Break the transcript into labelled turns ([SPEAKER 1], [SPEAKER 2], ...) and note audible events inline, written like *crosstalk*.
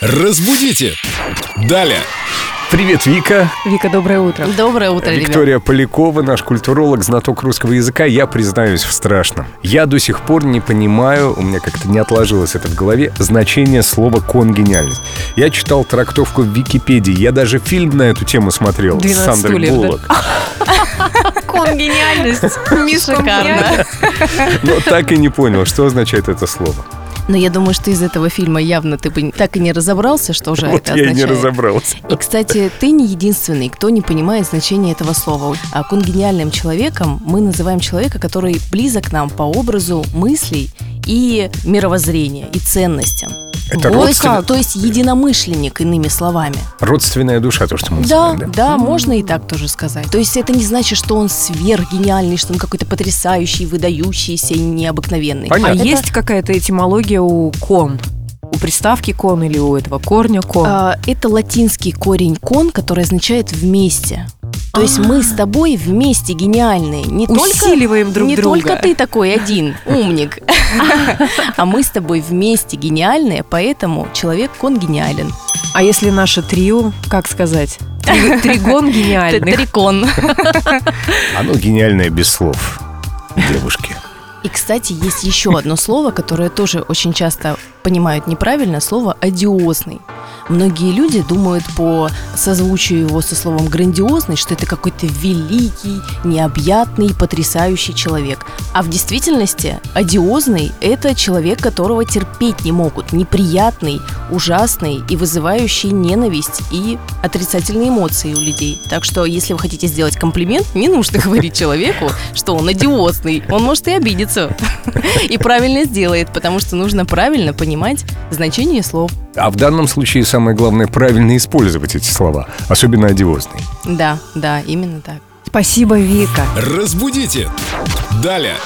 [SPEAKER 1] Разбудите! Далее!
[SPEAKER 2] Привет, Вика.
[SPEAKER 3] Вика, доброе утро.
[SPEAKER 2] А
[SPEAKER 4] Доброе утро, ребят.
[SPEAKER 2] Виктория Полякова, наш культуролог, знаток русского языка. Я признаюсь в страшном. Я до сих пор не понимаю, у меня как-то не отложилось это в голове, значение слова «конгениальность». Я читал трактовку в Википедии, я даже фильм на эту тему смотрел с
[SPEAKER 3] 12
[SPEAKER 2] Сандрой
[SPEAKER 3] стульев, да?
[SPEAKER 2] Буллок.
[SPEAKER 4] Кон гениальность. *laughs* Шикарно.
[SPEAKER 2] Но так и не понял, что означает это слово.
[SPEAKER 4] Но я думаю, что из этого фильма явно ты бы так и не разобрался, что же
[SPEAKER 2] Вот
[SPEAKER 4] это
[SPEAKER 2] я и не
[SPEAKER 4] означает.
[SPEAKER 2] разобрался.
[SPEAKER 4] И, кстати, ты не единственный, кто не понимает значение этого слова. А конгениальным человеком мы называем человека, который близок нам по образу мыслей и мировоззрения, и ценностям.
[SPEAKER 2] Это
[SPEAKER 4] Вот
[SPEAKER 2] родствен-
[SPEAKER 4] как, То есть единомышленник, иными словами.
[SPEAKER 2] Родственная душа, то, что мы
[SPEAKER 4] Да,
[SPEAKER 2] называем,
[SPEAKER 4] да, можно и так тоже сказать. То есть это не значит, что он сверхгениальный, что он какой-то потрясающий, выдающийся, необыкновенный.
[SPEAKER 2] Понятно.
[SPEAKER 3] А
[SPEAKER 4] Это-
[SPEAKER 3] есть какая-то этимология у кон? У приставки кон или у этого корня кон?
[SPEAKER 4] А, Это латинский корень кон, который означает вместе. То есть мы с тобой вместе гениальные. Не только
[SPEAKER 3] Усиливаем друг
[SPEAKER 4] не
[SPEAKER 3] друга.
[SPEAKER 4] только ты такой один, умник, *laughs* а мы с тобой вместе гениальные, поэтому человек кон гениален.
[SPEAKER 3] А если наше трио, как сказать? Три-
[SPEAKER 4] *laughs*
[SPEAKER 3] Тригон
[SPEAKER 4] Ты
[SPEAKER 3] гениальный.
[SPEAKER 4] трикон.
[SPEAKER 2] Оно гениальное без слов, девушки.
[SPEAKER 4] И, кстати, есть еще одно слово, которое тоже очень часто понимают неправильно, слово «одиозный». Многие люди думают по созвучию его со словом «грандиозный», что это какой-то великий, необъятный, потрясающий человек. А в действительности «одиозный» – это человек, которого терпеть не могут, неприятный, ужасный и вызывающий ненависть и отрицательные эмоции у людей. Так что, если вы хотите сделать комплимент, не нужно говорить человеку, что он одиозный. Он может и обидеться. *laughs* И правильно сделает, потому что нужно правильно понимать значение слов.
[SPEAKER 2] А в данном случае самое главное правильно использовать эти слова, особенно одиозные.
[SPEAKER 4] Да, да, именно так.
[SPEAKER 3] Спасибо, Вика.
[SPEAKER 1] Разбудите! Далее!